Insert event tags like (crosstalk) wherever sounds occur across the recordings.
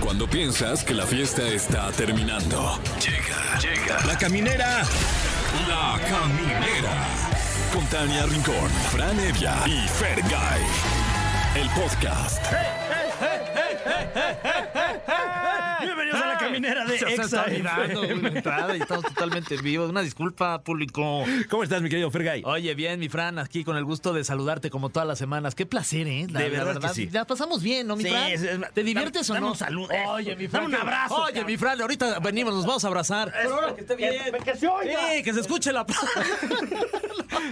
Cuando piensas que la fiesta está terminando. Llega, llega. La caminera. La caminera. Con Tania Rincón, Fran Evia y Fergay El podcast. Bienvenidos a la caminera (laughs) de Se Exa. está olvidando, FM. güey, la entrada y estamos totalmente en vivo. Una disculpa, público. ¿Cómo estás, mi querido Fergay? Oye, bien, mi Fran, aquí con el gusto de saludarte como todas las semanas. Qué placer, ¿eh? La, De la verdad que sí. La pasamos bien, ¿no, mi Sí, Fran? es- es- ¿Te diviertes dame- o no? dame un saludo. Oye, mi Dame Fran. un abrazo, Oye, cabrón. mi Fran, ahorita venimos, nos vamos a abrazar. Pero ahora que esté bien. que se oiga. Sí, que se escuche la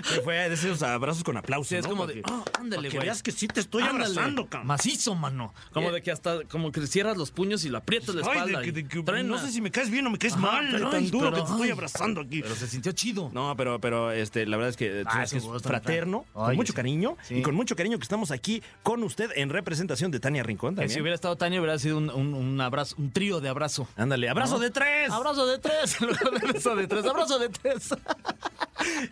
Se fue de esos abrazos con aplausos. Sí, es ¿no? como de, Para que- ah, ándale, para que güey. veas que sí te estoy Ándale. abrazando, cabrón. Eh. Macizo, mano. Como de que hasta, como que cierras los puños y la aprietas la Ay, de espalda. que- y de que- truena. no sé si me caes bien o me caes Ajá, mal, de pero, tan ay, duro que pero, te estoy ay. abrazando aquí. Pero se sintió chido. No, pero, pero este, la verdad es que, tú Ah, sabes es que un es gusto, fraterno, Fran. con Oye, mucho sí. cariño Sí. y con mucho cariño que estamos aquí con usted en representación de Tania Rincón Que si también. hubiera estado Tania hubiera sido un, un- un abrazo, un trío de abrazo. Ándale, abrazo ¿No? de tres. (laughs) Abrazo de tres, en lugar de beso de tres, abrazo de tres.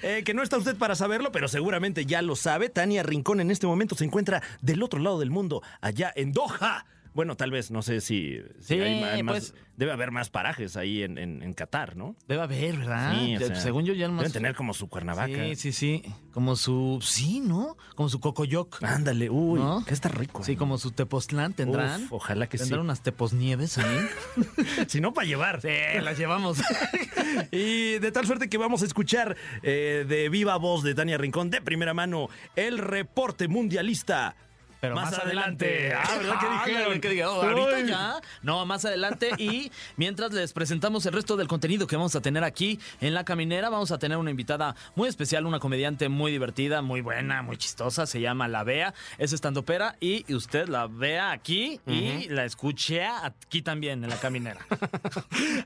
Eh, que no está usted para saberlo, pero seguramente ya lo sabe. Tania Rincón en este momento se encuentra del otro lado del mundo, allá en Doha. Bueno, tal vez, no sé si, si Sí, hay ma- hay más. pues. Debe haber más parajes ahí en, en- en Qatar, ¿no? Debe haber, ¿verdad? Sí, o Ya, sea, Ah, Según yo ya no Deben tener como su cuernavaca. Sí, sí, sí. Como su. Sí, ¿no? Como su cocoyoc. Ándale, uy, ¿No? que está rico. Sí, ¿no? como su tepoztlán tendrán. Uf, ojalá que Tendrán sí. unas teposnieves ahí. (laughs) Si no, para llevar. sí, (laughs) las llevamos. Y de tal suerte que vamos a escuchar eh, de viva voz de Tania Rincón, de primera mano, el reporte mundialista. Pero más, adelante. Ah, ¿verdad (laughs) que Ah, dijeron? que diga, oh, ahorita Uy. ya. No, más adelante. Y mientras les presentamos el resto del contenido que vamos a tener aquí en La Caminera, vamos a tener una invitada muy especial, una comediante muy divertida, muy buena, muy chistosa. Se llama La Bea. Es estandopera y usted la vea aquí y la escuche aquí también en La Caminera.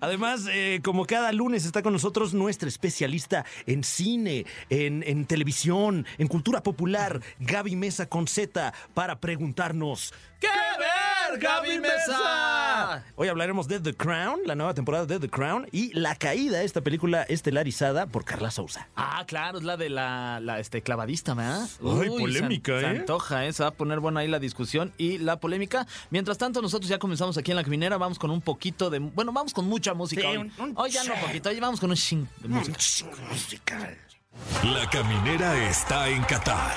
Además, eh, como cada lunes está con nosotros nuestra especialista en cine, en, en televisión, en cultura popular, Gaby Mesa con Z, para preguntarnos... (laughs) ¡Qué ver, Gaby Mesa! Hoy hablaremos de The Crown, la nueva temporada de The Crown y la caída de esta película estelarizada por Carla Souza. Ah, claro, es la de la, la, este, clavadista, ¿verdad? Ay, se- polémica, se ¿eh? antoja, ¿eh? Se va a poner buena ahí la discusión y la polémica. Mientras tanto, nosotros ya comenzamos aquí en La Caminera, vamos con un poquito de... Bueno, vamos con mucha música. Sí, hoy. un- un Hoy ya no ching. poquito, hoy vamos con un ching de música. Musical. La caminera está en Qatar.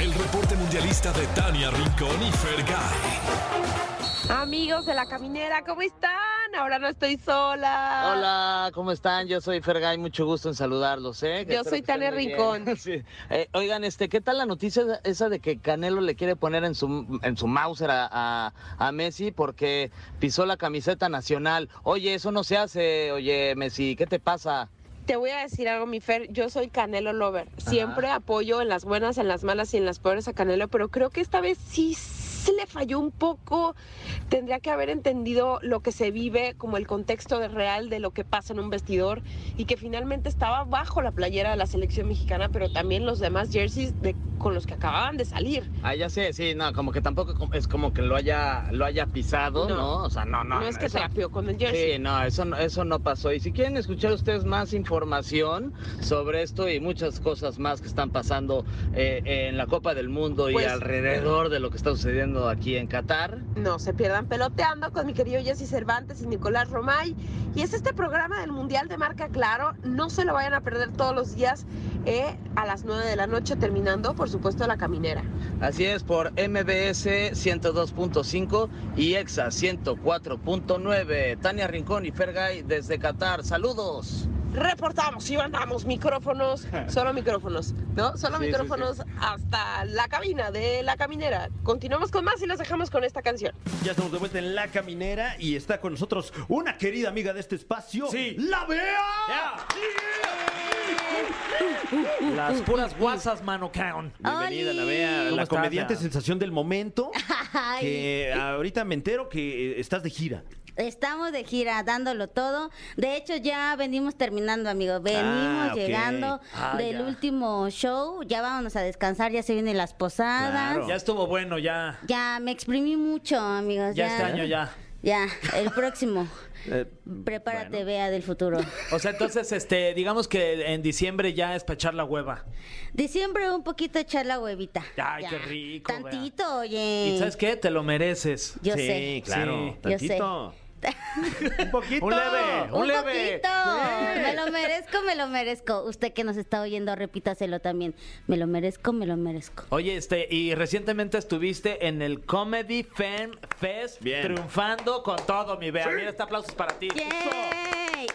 El reporte mundialista de Tania Rincón y Fergay Amigos de la caminera, ¿cómo están? Ahora no estoy sola. Hola, ¿cómo están? Yo soy Fergay, mucho gusto en saludarlos, ¿eh? Yo soy que estén Tania muy bien. Rincón. (laughs) Sí. Eh, oigan, este, ¿qué tal la noticia esa de que Canelo le quiere poner en su en su Mauser a, a- a Messi porque pisó la camiseta nacional? Oye, eso no se hace, oye, Messi, ¿qué te pasa? Te voy a decir algo, mi Fer. Yo soy Canelo Lover. Siempre apoyo en las buenas, en las malas y en las peores a Canelo, pero creo que esta vez sí se le falló un poco. Tendría que haber entendido lo que se vive, como el contexto de- real de lo que pasa en un vestidor y que finalmente estaba bajo la playera de la selección mexicana, pero también los demás jerseys de- con los que acababan de salir. Ah, ya sé, sí, no, como que tampoco com- es como que lo haya lo haya pisado, No. ¿no? O sea, no, no. No, es que eso- se la pidió con el jersey. Sí, no, eso no, eso no pasó. Y si quieren escuchar ustedes más información sobre esto y muchas cosas más que están pasando eh, en la Copa del Mundo Pues- y alrededor de lo que está sucediendo aquí en Qatar. No se pierdan peloteando con mi querido Jesse Cervantes y Nicolás Romay. Y es este programa del Mundial de Marca Claro. No se lo vayan a perder todos los días eh, a las 9 de la noche, terminando, por supuesto, la caminera. Así es, por MBS 102.5 y EXA 104.9. Tania Rincón y Fergay desde Qatar. Saludos. Reportamos y mandamos (laughs) micrófonos, solo micrófonos, ¿no? Solo Sí, sí, micrófonos hasta la cabina de la caminera. Continuamos con más y los dejamos con esta canción. Ya estamos de vuelta en La Caminera y está con nosotros una querida amiga de este espacio, Sí. la Bea. Las puras guasas, mano, caón. Bienvenida, la Bea, ¿Cómo la estás, comediante Bea? sensación del momento. Ay, Que ahorita me entero que eh, estás de gira. Estamos de gira dándolo todo. De hecho, ya venimos terminando, amigos. Venimos ok. llegando Ah, del ya. último show. Ya vámonos a descansar, ya se vienen las posadas. Claro. Ya estuvo bueno, ya. Ya me exprimí mucho, amigos. Ya este año ya. Ya, el próximo. (laughs) Eh, Prepárate, bueno. Bea del futuro. O sea, entonces, este, digamos que en diciembre ya es para echar la hueva. Diciembre un poquito echar la huevita. Ay, qué rico, Bea. Tantito, oye. ¿Y sabes qué? Te lo mereces. Yo Sí. sé. claro, Yo sé. (laughs) Un poquito. Un leve. Un leve. poquito. Me lo merezco, me lo merezco. Usted que nos está oyendo, repítaselo también. Me lo merezco, me lo merezco. Oye, este, y recientemente estuviste en el Comedy Fan Fest Bien. triunfando con todo, mi Bea. Mira, este aplausos para ti. Yay.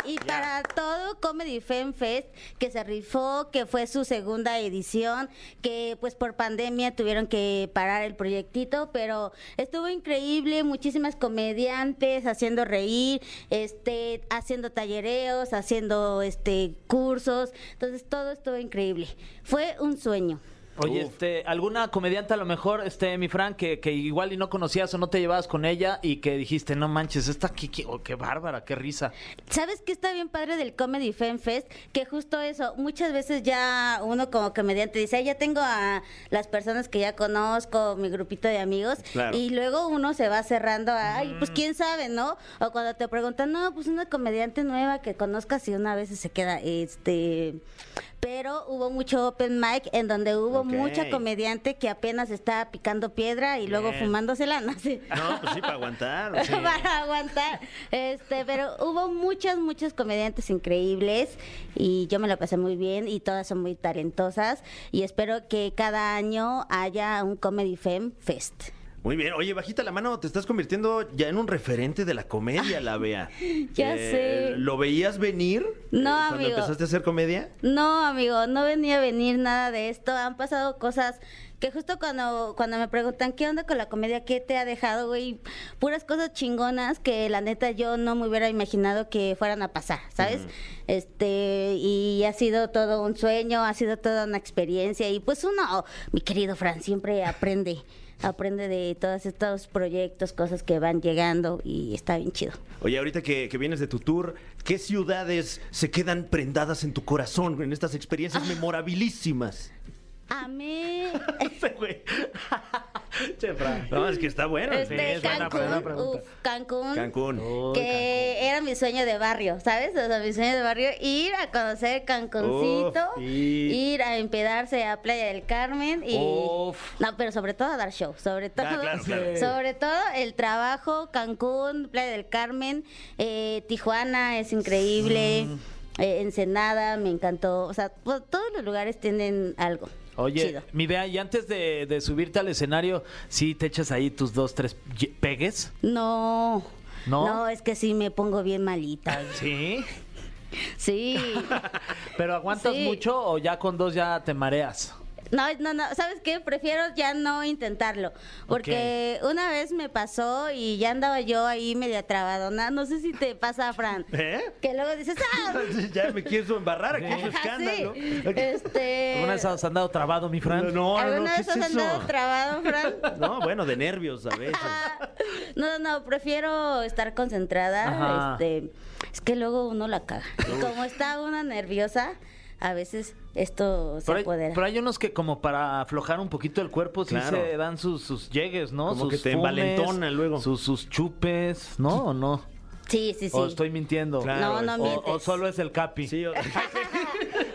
Y para todo Comedy Fan Fest, que se rifó, que fue su segunda edición, que pues por pandemia tuvieron que parar el proyectito, pero estuvo increíble, muchísimas comediantes haciendo reír, este, haciendo tallereos, haciendo este cursos, entonces todo estuvo increíble. Fue un sueño. Oye, este, alguna comediante a lo mejor, este, mi Fran, que, que igual y no conocías o no te llevabas con ella y que dijiste, no manches, esta Kiki, oh, qué bárbara, qué risa. ¿Sabes qué está bien padre del Comedy Fan Fest? Que justo eso, muchas veces ya uno como comediante dice, "Ay, ya tengo a las personas que ya conozco, mi grupito de amigos, Claro. y luego uno se va cerrando a, ay, pues quién sabe, ¿no? O cuando te preguntan, no, pues una comediante nueva que conozcas y una vez se queda, este... Pero hubo mucho open mic en donde hubo Ok. mucha comediante que apenas estaba picando piedra y luego Bien. fumándosela, (laughs) ¿no? Sí No, pues sí, para (laughs) aguantar. sí. para aguantar. Este, pero hubo muchas, muchas comediantes increíbles y yo me la pasé muy bien y todas son muy talentosas y espero que cada año haya un Comedy Fem Fest. Muy bien. Oye, bajita la mano, te estás convirtiendo ya en un referente de la comedia, la vea. (laughs) ya sé. ¿Lo veías venir? No, cuando amigo. empezaste a hacer comedia? No, amigo, no venía a venir nada de esto. Han pasado cosas que justo cuando, cuando me preguntan qué onda con la comedia, qué te ha dejado, güey, puras cosas chingonas que la neta yo no me hubiera imaginado que fueran a pasar, ¿sabes? Este, y ha sido todo un sueño, ha sido toda una experiencia y pues uno, mi querido Fran, siempre aprende, aprende de todos estos proyectos, cosas que van llegando y está bien chido. Oye, ahorita que, que vienes de tu tour, ¿qué ciudades se quedan prendadas en tu corazón en estas Ah. experiencias memorabilísimas? Amé. Che, Fran. No, es que está bueno. Este, es buena Cancún, pregunta. uf, Cancún, Cancún. que era mi sueño de barrio, ¿sabes? O sea, mi sueño de barrio, ir a conocer Cancuncito, Uf, y- ir a empedarse a Playa del Carmen y... Uf. Ah, No, pero sobre todo a dar show, sobre todo, claro, claro. (laughs) sobre todo el trabajo, Cancún, Playa del Carmen, eh, Tijuana es increíble, Mm. eh, Ensenada, me encantó, o sea, to- todos los lugares tienen algo. Oye, chido. mi Bea, y antes de, de subirte al escenario, ¿sí te echas ahí tus dos, tres ye- pegues? No. ¿No? No, es que sí me pongo bien malita. Sí. Sí. (laughs) ¿Pero aguantas Sí. mucho o ya con dos ya te mareas? No, no, no. ¿Sabes qué? Prefiero ya no intentarlo. Porque una vez me pasó y ya andaba yo ahí media trabadona. No sé si te pasa, Fran. ¿Eh? Que luego dices, (laughs) ¡ah! ya me quiero embarrar, aquí es un Ajá, escándalo. sí. Este. ¿Alguna vez has andado trabado, mi Fran? No, no, no, ¿Alguna ¿qué vez es has andado eso? trabado, Fran? (laughs) No, bueno, de nervios a (laughs) veces. Ah, (laughs) No, no, no, prefiero estar concentrada. Ajá. Este, es que luego uno la caga. Y como está una nerviosa, a veces esto se Pero hay, apodera. pero hay unos que como para aflojar un poquito el cuerpo sí Claro. se dan sus, sus llegues, ¿no? Como sus que te envalentona luego. Sus, sus chupes, ¿no? ¿O no? Sí, sí, sí. ¿O estoy mintiendo? no, Claro, no O, mientes. o solo es el capi. (laughs) Sí, o-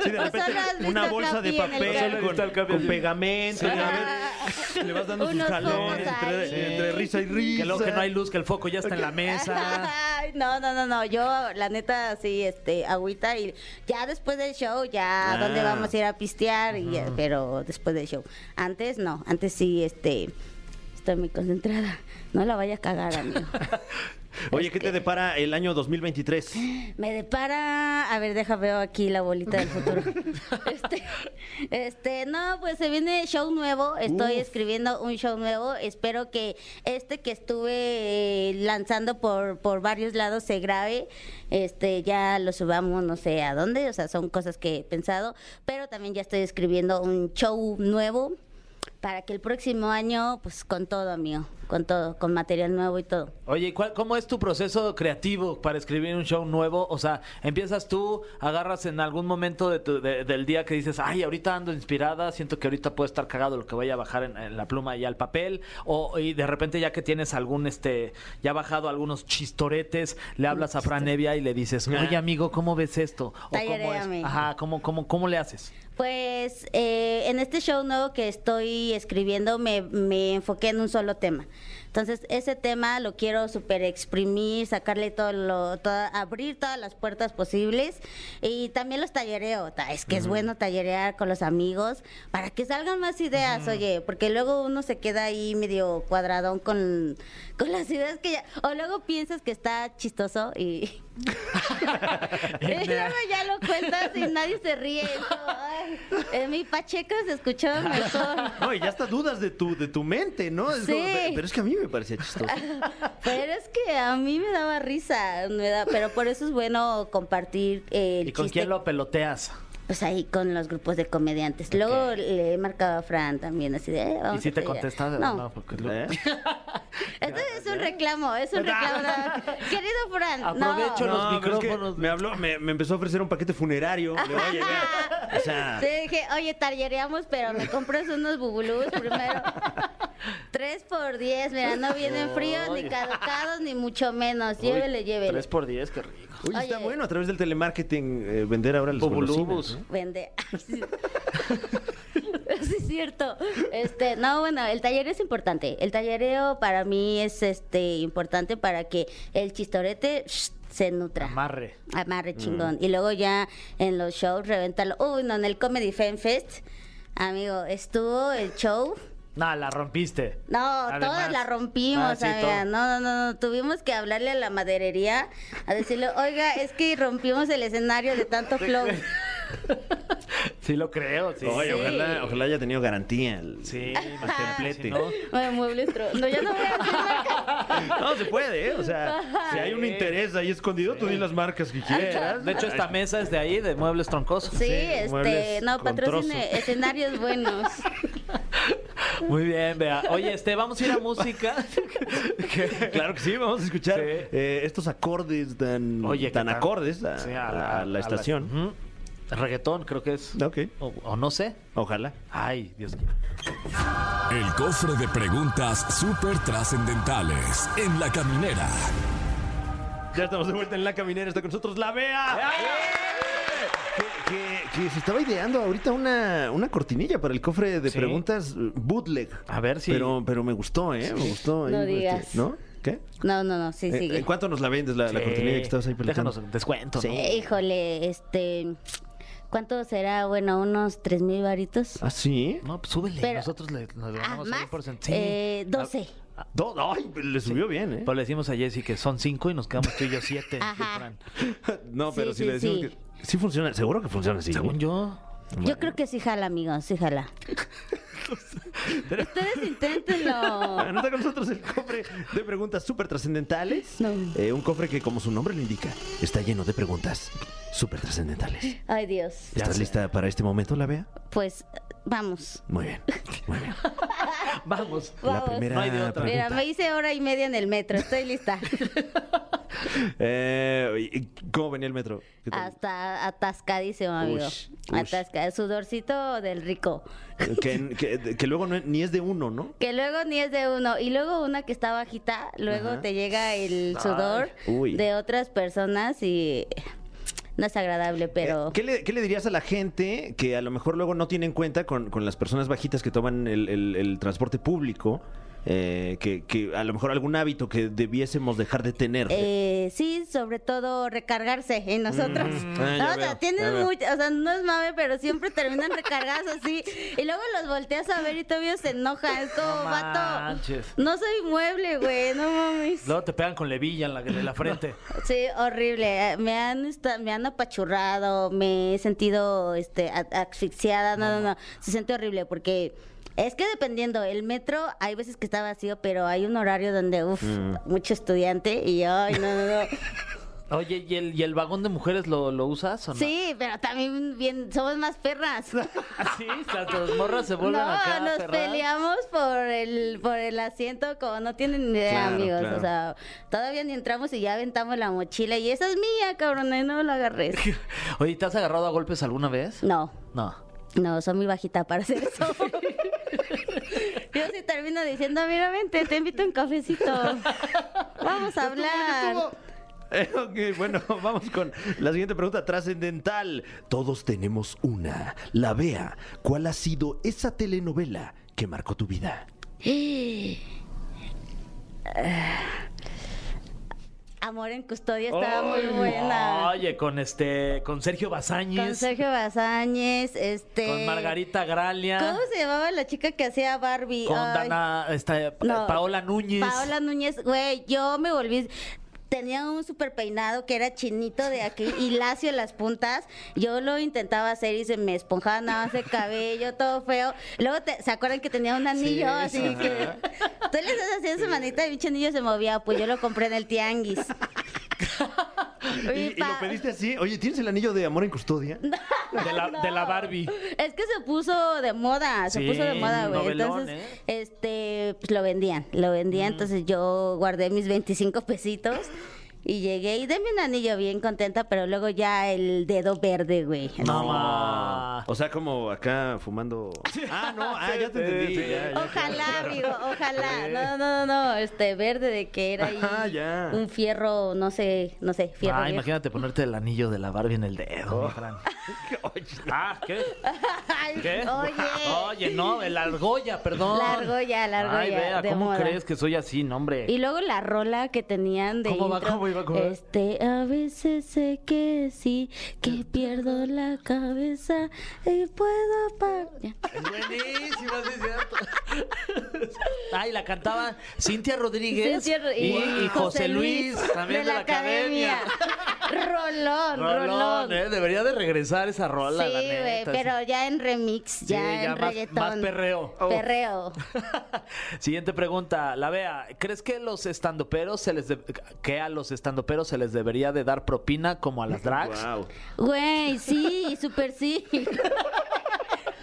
Sí, de O repente solo has visto una el bolsa de capi en el papel carro. con, con pegamento, Sí. ya (laughs) ves, le vas dando sus Unos jalones focos entre, ahí. entre risa y risa. Que luego que no hay luz, que el foco ya está en la mesa. (laughs) Ay, no, no, no, no. Yo, la neta, sí, este, agüita y ya después del show, ya Ah. dónde vamos a ir a pistear, y, eh, pero después del show. Antes no, antes sí, este, estoy muy concentrada. No la vaya a cagar, amigo. Oye, ¿qué te depara el año 2023? Me depara, a ver, deja veo aquí la bolita del futuro. Este, este, no, pues se viene show nuevo, estoy Uf. escribiendo un show nuevo, espero que este que estuve eh, lanzando por, por varios lados se grabe, este, ya lo subamos no sé a dónde, o sea, son cosas que he pensado, pero también ya estoy escribiendo un show nuevo para que el próximo año, pues con todo, amigo. con todo, con material nuevo y todo. Oye, ¿y cuál- ¿cómo es tu proceso creativo para escribir un show nuevo? O sea, empiezas tú, agarras en algún momento de tu- de- del día que dices, ay, ahorita ando inspirada, siento que ahorita puede estar cagado lo que voy a bajar en, en la pluma y al papel, o y de repente ya que tienes algún, este, ya bajado algunos chistoretes, le hablas a Fran Evia y le dices, oye amigo, ¿cómo ves esto? O cómo Talleréame. Ajá, ¿cómo, cómo, ¿cómo le haces? Pues eh, en este show nuevo que estoy escribiendo me, me enfoqué en un solo tema. Entonces ese tema lo quiero super exprimir, sacarle todo lo, toda- abrir todas las puertas posibles y también los tallereo. ta- Es que es bueno tallerear con los amigos para que salgan más ideas, oye, porque luego uno se queda ahí medio cuadradón con, con las ideas que ya... O luego piensas que está chistoso y... Y Este, luego ya lo cuentas y nadie se ríe. Es como, "Ay, eh, mi Pacheco se escuchó mejor. No, y ya hasta dudas de tu, de tu mente, ¿no? (laughs) Es como, Sí. pe- pero es que a mí me parecía chistoso. (laughs) Pero es que a mí me daba risa, me da- pero por eso es bueno compartir eh, el ¿Y con chiste, quién lo peloteas? pues ahí con los grupos de comediantes. Luego le he marcado a Fran también así de, "Eh, ¿Y vamos si a te pues, pelear". contestas? No, porque lo- ¿Eh? esto es un reclamo, es un reclamo. no. (laughs) Querido (laughs) Fran, Aprovecho no. los pero es que micrófonos. me habló, me, me empezó a ofrecer un paquete funerario. Le voy a llegar. O (laughs) sea, Sí, dije, oye, tallereamos, pero me compras unos bubulús (laughs) primero. Tres por diez, mira, no vienen fríos, ni caducados, ni mucho menos. Llévele, llévele. 3 por 10 qué rico. oye, está Oye. bueno a través del telemarketing eh, vender ahora los Bubulubus. Vende. (laughs) Ay, sí. Sí, es cierto. Este, no, bueno, el taller es importante. El tallereo para mí es este importante para que el chistorete shh, se nutra. Amarre. Amarre chingón. Y luego ya en los shows reventarlo. Uy, no, en el Comedy Fan Fest, amigo, estuvo el show. No, la rompiste. No, Además. todas la rompimos, Ah, sí, amiga. todo. No, no, no, no. Tuvimos que hablarle a la maderería a decirle, (laughs) oiga, es que rompimos el escenario de tanto flow. Sí lo creo, sí. Oye, Sí. ojalá, ojalá haya tenido garantía (laughs) el, Sí, el Ah, templete. si no- no. Bueno, muebles tro- No, yo no voy a decir marcas. se puede, ¿eh? O sea, si hay un interés ahí escondido, tú di las marcas que quieras. De hecho, esta mesa es de ahí, de muebles troncosos. Sí, este, muebles no, con patrocine escenarios buenos. Muy bien, vea. Oye, este, vamos a ir a (laughs) música. Claro que sí, vamos a escuchar Sí. eh, estos acordes tan, Oye, tan ¿qué tal? acordes a, Sí, a la, estación. Ujú. Reggaetón, creo que es. Ok, O, o no sé. ojalá. Ay, Dios mío. El cofre de preguntas súper trascendentales en la caminera. Ya estamos de vuelta en La Caminera, está con nosotros La Bea. ¡Eh! Que, que- que se estaba ideando ahorita una, una cortinilla para el cofre de Sí. preguntas eh, bootleg. A ver si- Pero, pero me gustó, ¿eh? Me gustó. ahí, No este, digas. ¿No? ¿Qué? No, no, no, sí, Eh, sigue. ¿En cuánto nos la vendes la, la Sí. cortinilla que estabas ahí pelotando? Eh, Déjanos descuento. Sí. ¿no? Eh, Híjole, este, ¿cuánto será? Bueno, unos tres mil varitos. ¿Ah, sí? No, pues súbele. Pero- Nosotros le, nos le Ah, damos ¿más? ahí por cent- Eh, 12. Do- Ay, le subió bien, ¿eh? Pero le decimos a Jessy que son cinco y nos quedamos tú y yo siete. (laughs) Ajá. Fran. No, pero Sí, si le sí, decimos sí. que. Sí funciona, seguro que funciona así. Según ¿eh? yo, Yo creo que sí jala, amigos, sí jala. (laughs) Ustedes inténtenlo. Bueno, está con nosotros el cofre de preguntas súper trascendentales. No. Eh, un cofre que, como su nombre lo indica, está lleno de preguntas súper trascendentales. Ay, Dios. ¿Estás lista para este momento, la vea? Pues vamos. Muy bien, (laughs) muy bien. vamos. La Vamos. primera No hay de otra. Mira, pregunta. me hice hora y media en el metro, estoy (laughs) lista. Eh, ¿y ¿Cómo venía el metro? ¿Qué tal? Hasta atascadísimo, amigo. Ush, ush. Atasca, sudorcito del rico. Que, que- que luego no- ni es de uno, ¿no? Que luego ni es de uno. Y luego una que está bajita, luego Ajá. te llega el sudor uy. de otras personas y no es agradable, pero... Eh, ¿Qué le, qué le dirías a la gente que a lo mejor luego no tiene en cuenta con, con las personas bajitas que toman el, el- el transporte público? eh, que, que a lo mejor algún hábito que debiésemos dejar de tener. Eh, sí, sobre todo recargarse en nosotros. Mm. Ah, ya No, o veo, sea, tienen ya veo. mucho, o sea, no es mame, pero siempre terminan recargados así. Y luego los volteas a ver y todavía se enoja. Es como, No vato, manches. no soy mueble, güey, no mames. Luego te pegan con levilla en la, en la frente. Sí, horrible. Eh, Me han esta- me han apachurrado, me he sentido este a- asfixiada, no, no, no. Se siente horrible porque es que dependiendo, el metro hay veces que Mm. está vacío, pero hay un horario donde, uff, mucho estudiante y ay, no, no, no. Oye, ¿y el, y el vagón de mujeres lo, lo usas o no? (laughs) Sí, pero también bien, somos más perras. Ah, Sí, o sea, las morras se No, vuelven acá. nos perras. peleamos por el, por el asiento, como no tienen ni idea, Claro, amigos. claro. O sea, todavía ni entramos y ya aventamos la mochila. Y esa es mía, cabrón, ahí no (laughs) la agarré. (laughs) Oye, ¿te has agarrado a golpes alguna vez? No, No. no, soy muy bajita para hacer eso. Yo sí termino diciendo, mira, vente, te invito a un cafecito. Vamos a hablar. Eh, ok, bueno, (laughs) vamos con la siguiente pregunta trascendental. Todos tenemos una. La Bea, ¿cuál ha sido esa telenovela que marcó tu vida? (laughs) Amor en custodia estaba muy buena. Oye, con este, con Sergio Bazáñez, Con con, Sergio Bazáñez, este... Margarita Gralia, ¿Cómo se llamaba la chica que hacía Barbie? con Ay, Dana, esta, no. Paola Núñez. Paola Núñez, güey, yo me volví. Tenía un super peinado que era chinito de aquí y lacio en las puntas. Yo lo intentaba hacer y se me esponjaba nada más el cabello, todo feo. Luego, te- ¿se acuerdan que tenía un anillo así que. Tú le estás haciendo su manita y pinche anillo se movía. Pues yo lo compré en el tianguis. ¿Y, Oye, y lo pa- pediste así? Oye, ¿tienes el anillo de amor (laughs) en custodia? de, la, de la Barbie. Es que se puso de moda, se Sí, puso de moda, güey. novelón, ¿eh? Mm. Entonces, este, pues lo vendían, lo vendían. Entonces yo guardé mis 25 pesitos y llegué y deme un anillo bien contenta, pero luego ya el dedo verde, güey. No, Así. ma. O sea, como acá fumando. Ah, no, ah, ya te entendí. ya, ya. Ojalá, amigo, (laughs) ojalá. No, no, no, no, este verde de que era ahí Ajá, ya. un fierro, no sé, no sé, fierro. Ah, viejo. imagínate ponerte el anillo de la Barbie en el dedo, mi (laughs) Fran. Ah, ¿qué? (laughs) Ay, ¿Qué? (laughs) Oye, Oye, no, el argolla, perdón. La argolla, la argolla, Ay, vea, de ¿cómo moda. crees que soy así, no, hombre? Y luego la rola que tenían de ¿Cómo va? intro, ¿Cómo iba? ¿Cómo iba? Este, a veces sé que sí, que pierdo la cabeza y puedo pagar. Buenísima, sí, es cierto. (laughs) Ay, la cantaba Cintia Rodríguez y, y José Luis, también de la, academia. Rolón, rolón. Rolón, ¿eh? Debería de regresar esa rola, sí, la güey, neta. pero ya en remix, ya, Sí, en más, reggaetón. más perreo. Perreo. Siguiente pregunta, la vea. ¿Crees que los estandoperos se les de- que a los estandoperos se les debería de dar propina como a las drags? Guau. Güey, sí, súper sí. (laughs)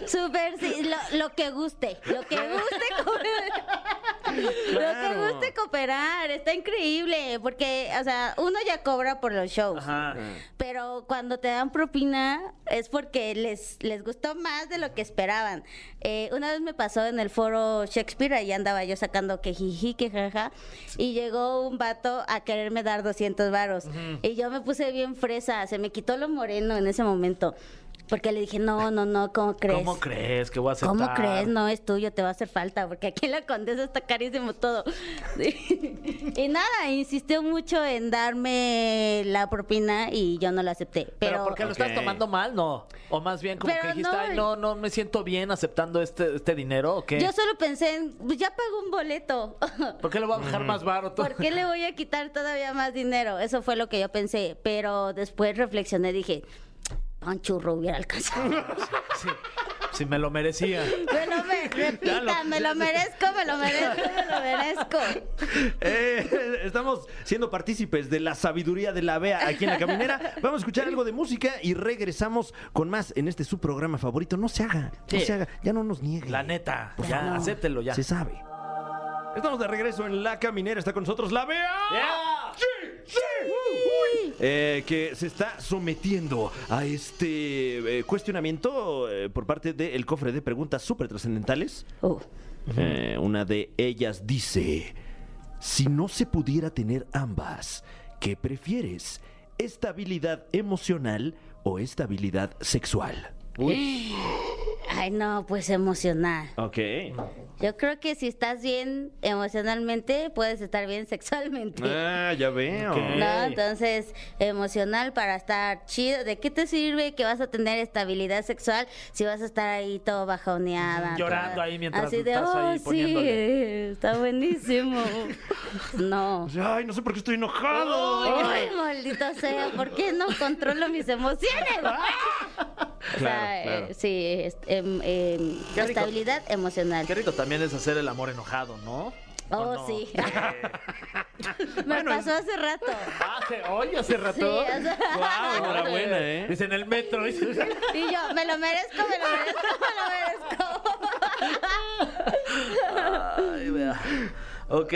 Súper sí, lo, lo que guste, lo que guste cooperar. (laughs) Lo que Claro. guste cooperar, está increíble, porque, o sea, uno ya cobra por los shows, Ajá. pero cuando te dan propina es porque les, les gustó más de lo que esperaban. Eh, una vez me pasó en el foro Shakespeare, ahí andaba yo sacando que jiji, que jaja, y llegó un vato a quererme dar 200 varos. Y yo me puse bien fresa, se me quitó lo moreno en ese momento, porque le dije, no, no, no, ¿cómo crees? ¿Cómo crees que voy a aceptar? ¿Cómo crees? No es tuyo, te va a hacer falta, porque aquí en la condesa está carísimo todo. (laughs) y nada, insistió mucho en darme la propina y yo no la acepté. Pero, Pero, porque lo estás Ok. tomando mal, no. O más bien como Pero que dijiste, no, ay, no, no me siento bien aceptando este, este dinero, ¿o qué? yo solo pensé en, pues ya pago un boleto. (laughs) ¿Por qué lo voy a bajar más baro? todo? ¿Por qué le voy a quitar todavía más dinero? Eso fue lo que yo pensé. Pero después reflexioné, dije, pan churro hubiera (laughs) alcanzado. (laughs) Sí, sí, me lo merecía. Me lo me- repita, me lo merezco, me lo merezco, me (laughs) lo merezco. Eh, estamos siendo partícipes de la sabiduría de la Bea aquí en la caminera. Vamos a escuchar algo de música y regresamos con más en este su programa favorito. No se haga, no Sí. se haga, ya no nos niegue. La neta, Por ya, favor. acéptelo ya. Se sabe. Estamos de regreso en la caminera. Está con nosotros la Bea. Yeah. Eh, que se está sometiendo a este eh, cuestionamiento eh, por parte del cofre de preguntas súper trascendentales. Oh. Eh, una de ellas dice, si no se pudiera tener ambas, ¿qué prefieres? ¿Estabilidad emocional o estabilidad sexual? Ay, no, pues emocional. Ok. Yo creo que si estás bien emocionalmente, puedes estar bien sexualmente. Ah, ya veo. ¿No? Entonces, emocional para estar chido. ¿De qué te sirve que vas a tener estabilidad sexual si vas a estar ahí todo bajoneada? Llorando toda- ahí mientras Así de, estás "Oh, ahí poniéndole". sí, está (laughs) buenísimo. no. Ay, no sé por qué estoy enojado. Ay, maldito sea, ¿por qué no controlo (laughs) mis emociones? o sea, eh, sí, es- em, em, Qué rico. estabilidad (laughs) emocional. Qué rico también es hacer el amor enojado, Oh, ¿no? ¿O Oh, no? sí. (laughs) Me pasó hace rato. Hace (laughs) hoy, hace rato. Sí, o sea, (laughs) ¡Wow! Enhorabuena, ¿eh? Dice en el metro. dice. y yo, me lo merezco, me lo merezco, me lo merezco. Ay, vea. Ok.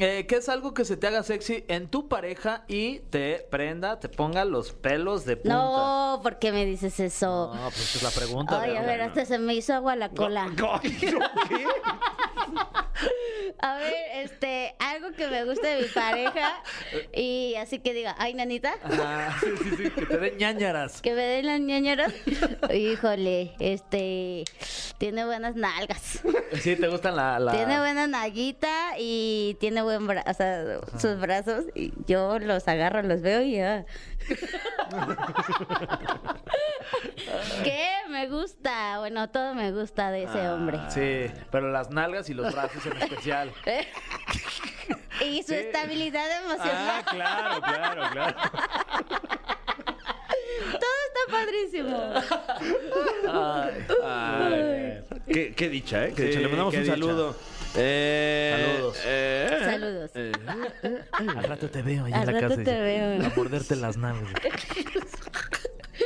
Eh, ¿Qué es algo que se te haga sexy en tu pareja y te prenda, te ponga los pelos de punta? No, ¿por qué me dices eso? No, pues es la pregunta. Ay, a ¿verdad? ver, hasta se me hizo agua la cola. (laughs) A ver, este, algo que me gusta de mi pareja y así que diga, ay, nanita, Ah, sí, sí, sí, que te den ñañaras. que me den las ñañaras. Híjole, este, tiene buenas nalgas, Sí, te gustan la... la- tiene buena nalguita y tiene buen brazo, o sea, sus brazos y yo los agarro, los veo (laughs) y ya. ¿Qué? Me gusta, bueno, todo me gusta de ese hombre. Ah, Sí, pero las nalgas y los brazos en especial. (laughs) Y su estabilidad emocional. Ah, claro, claro, claro. Todo está padrísimo. Ay, ay. Qué, qué dicha, ¿eh? Qué Sí, dicha. Le mandamos qué un dicha. saludo. Eh, Saludos. eh, Saludos. Al rato te veo ahí Al en la rato casa. te dice, veo. A morderte las nalgas.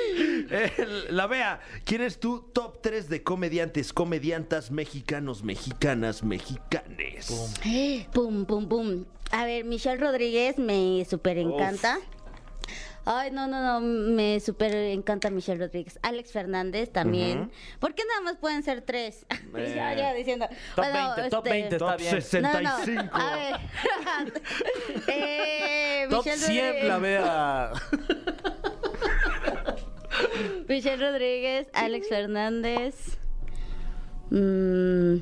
eh, la vea. ¿Quién es tu top 3 de comediantes, comediantas mexicanos, mexicanas, mexicanes? Pum, pum, pum. A ver, Michelle Rodríguez me súper encanta. Ay, no, no, no, me súper encanta Michelle Rodríguez. Alex Fernández también. ¿Por qué nada más pueden ser tres? (laughs) ya, ya diciendo. Eh, Top bueno, 20, top este, 20, está Top bien. 65. No, no. A ver. (laughs) eh, Top (laughs) Michelle 100 la Rodríguez- vea. Michelle Rodríguez, Alex Fernández. Mm.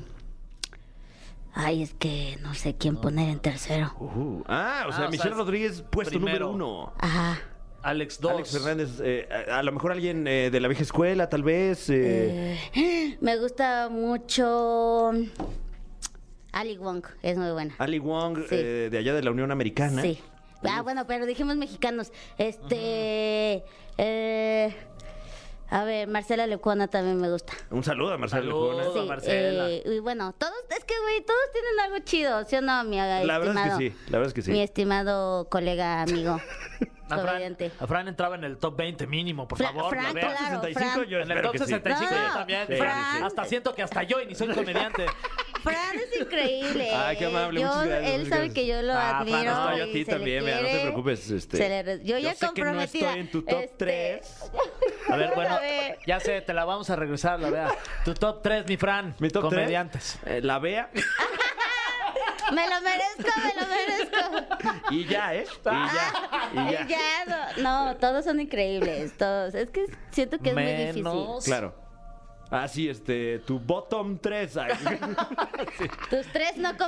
Ay, es que no sé quién poner en tercero. Ujú. Ah, o sea, Ah, o Michelle sea, Rodríguez, puesto primero. número uno. Ajá. Alex 2. Alex Fernández, eh, a, a lo mejor alguien eh, de la vieja escuela, tal vez. eh. Eh, Me gusta mucho. Ali Wong, es muy buena. Ali Wong, Sí. eh, de allá de la Unión Americana. Sí. Pues Ah, bueno, pero dijimos mexicanos. Este. eh, a ver, Marcela Lecuona también me gusta. Un saludo a Marcelo Saludos. Lecuona. Saludo a Marcela. eh, y bueno, todos, es que, güey, todos tienen algo chido, ¿sí o no, mi La verdad es que sí, la verdad es que Mi sí. estimado colega, amigo, (laughs) A Fran- comediante. a Fran entraba en el top 20 mínimo, por Fra- favor. Fran, la vea. claro, 65 Fran. yo En el espero top que sí. 65 No, yo también. sí, Fran, sí. Hasta siento que hasta yo, y ni soy comediante. Fran es increíble. Ay, qué amable, Yo- muchas gracias, él muchas sabe gracias. que yo lo Ah, Fran, admiro. no, yo a y ti se le también, mira, no te quiere. preocompretes, este, Se le re- yo ya sé que no comprometida. estoy en tu top Este, tres. A ver, bueno, La ve. ya sé, te la vamos a regresar, la vea. Tu top 3, mi Fran. Mi top tres, comediantes. eh, la vea Me lo merezco, me lo merezco. y ya, ¿eh? Y Ah. ya. (laughs) Y ya. Ya, no, no, todos son increíbles, todos. Es que siento que es muy Menos- difícil. Claro. Ah, sí, este, tu bottom 3. Tus tres no pues,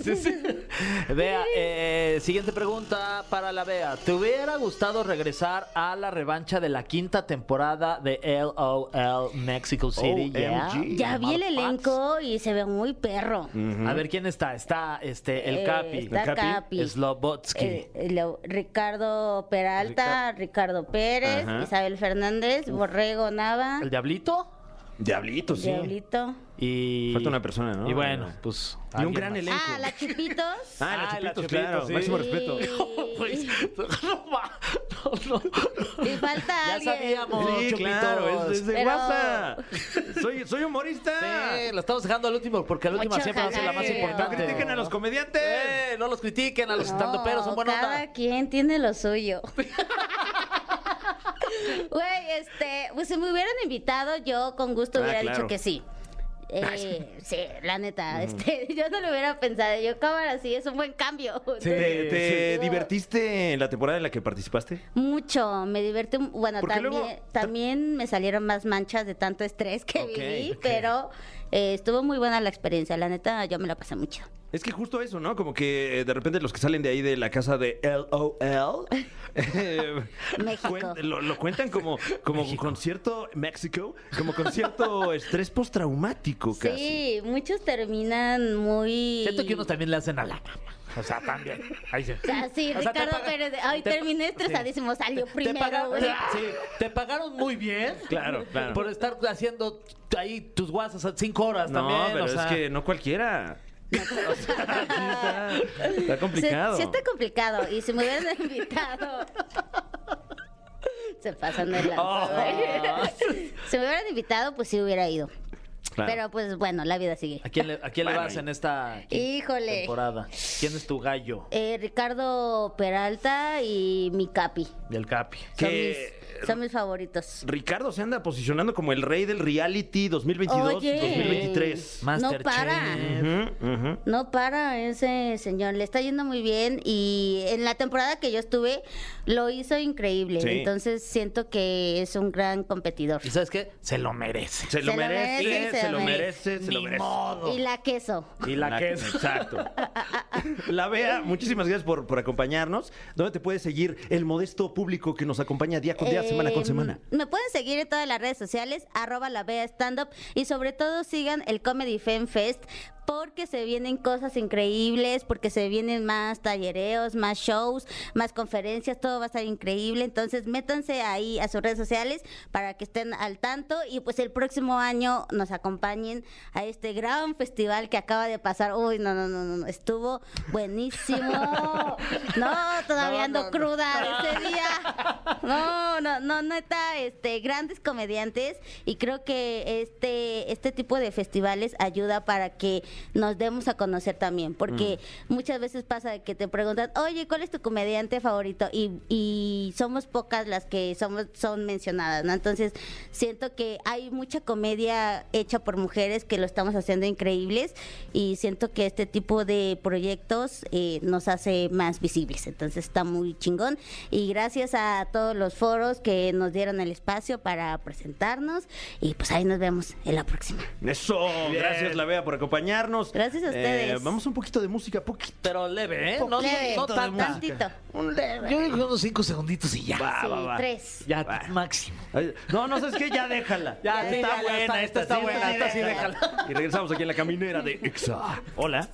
(laughs) Sí, sí, sí. Vea, eh, siguiente pregunta para la Vea. ¿Te hubiera gustado regresar a la revancha de la quinta temporada de LOL Mexico City? OMG. (laughs) Ya vi el Llamado elenco y se ve muy perro. Mm, Pats. A ver quién está. Está este el Eh, Capi. está El Capi. Capi. Slobotsky. Eh, lo- Ricardo Peralta, Ricardo Pérez, Ajá. Isabel Fernández, Borrego Nava, el Diablito. Diablito, sí. Diablito. Y. Falta una persona, ¿no? Y bueno, pues. Y un alguien gran más. elenco. Ah, la Chupitos. (laughs) Ah, Ah, la la Chupitos, Chupitos, claro. sí. Máximo Y- respeto. (laughs) Pues, no, ma- no, no. Y falta Ya alguien. sabíamos. Sí, Chupitos. claro, es, es de Pero- WhatsApp. Soy, soy humorista. Sí, lo estamos dejando al último porque al último Mucho siempre va a ser la más jaleo. importante. No critiquen a los comediantes. Eh, no los critiquen a los No, estandoperos, son buena cada onda. quien tiene lo suyo. (laughs) Güey, este, pues si me hubieran invitado, yo con gusto Ah, hubiera claro. dicho que sí. Eh, sí, la neta, este, (laughs) yo no lo hubiera pensado. Yo, cámara, sí, es un buen cambio. (laughs) ¿Te, Eh, te Sí. divertiste en la temporada en la que participaste? Mucho, me divertí. mu- Bueno, Porque también, luego- también me salieron más manchas de tanto estrés que Ok, viví, ok. pero eh, estuvo muy buena la experiencia. La neta, yo me la pasé mucho. Es que justo eso, ¿no? Como que eh, de repente los que salen de ahí de la casa de LOL (laughs) eh, México. cuen- lo, lo cuentan como, como concierto México, (laughs) como concierto estrés postraumático casi. Sí, muchos terminan muy. Siento que unos también le hacen a la mamá. O sea, también. Ahí sí. O sea, sí, O sea, te Ricardo paga- Pérez. de, Ay, te- terminé sí. estresadísimo, salió Te primero, pagaron, güey. sí, te pagaron muy (laughs) bien. Claro, claro. Por estar haciendo ahí tus guasas a cinco horas No, Pues también. pero o sea, es que no cualquiera. O sea, sí está, está complicado. Sí, sí está complicado. Y si me hubieran (laughs) invitado. Se pasan de lanza, Oh. güey. (laughs) Si me hubieran invitado, pues sí hubiera ido. Claro. Pero pues bueno, la vida sigue. ¿A quién le, a quién le vas en esta Híjole. temporada? ¿Quién es tu gallo? Eh, Ricardo Peralta y mi Capi. Del Capi. Son Que- mis, son mis favoritos. Ricardo se anda posicionando como el rey del reality 2022-2023. Masterchef. para. No para ese señor, le está yendo muy bien y en la temporada que yo estuve lo hizo increíble. Sí. Entonces siento que es un gran competidor. ¿Y sabes qué? Se lo merece. Se lo Se lo merece, merece, se se lo lo merece, se lo Ni merece. modo. Y la queso. Y la que es. Exacto. (laughs) La Bea, muchísimas gracias por, por acompañarnos. ¿Dónde te puede seguir el modesto público que nos acompaña día con día, Eh, semana mm. con semana? Me pueden seguir en todas las redes sociales, arroba la vea stand up y sobre todo sigan el Comedy Fan Fest porque se vienen cosas increíbles, porque se vienen más tallereos, más shows, más conferencias, todo va a estar increíble. Entonces métanse ahí a sus redes sociales para que estén al tanto y pues el próximo año nos acompañen a este gran festival que acaba de pasar. Uy, no, no, no, no, no, estuvo buenísimo. No, todavía ando cruda de ese día. No, no, no, neta, este, grandes comediantes y creo que este, este tipo de festivales ayuda para que nos demos a conocer también, porque muchas veces pasa que te preguntan, oye, ¿cuál es tu comediante favorito? Y, y somos pocas las que somos, son mencionadas, ¿no? Entonces, siento que hay mucha comedia hecha por mujeres que lo estamos haciendo increíbles y siento que este tipo de proyectos eh, nos hace más visibles. Entonces está muy chingón y gracias a todos los foros que nos dieron el espacio para presentarnos y pues ahí nos vemos en la próxima. Eso, gracias La Bea por acompañarnos. Eh, Gracias a ustedes. vamos un poquito de música, poquito. Pero leve, ¿eh? No, no, Leve, no tanta. tantito. Un leve. Yo digo unos cinco segunditos y ya. Va, Sí, va, va. tres. Ya, Va. máximo. Ay, No, no sabes qué, ya déjala. Ya, sí, ya, ya está, esta está buena, esta sí déjala. Y regresamos aquí en la caminera de Exa. Hola.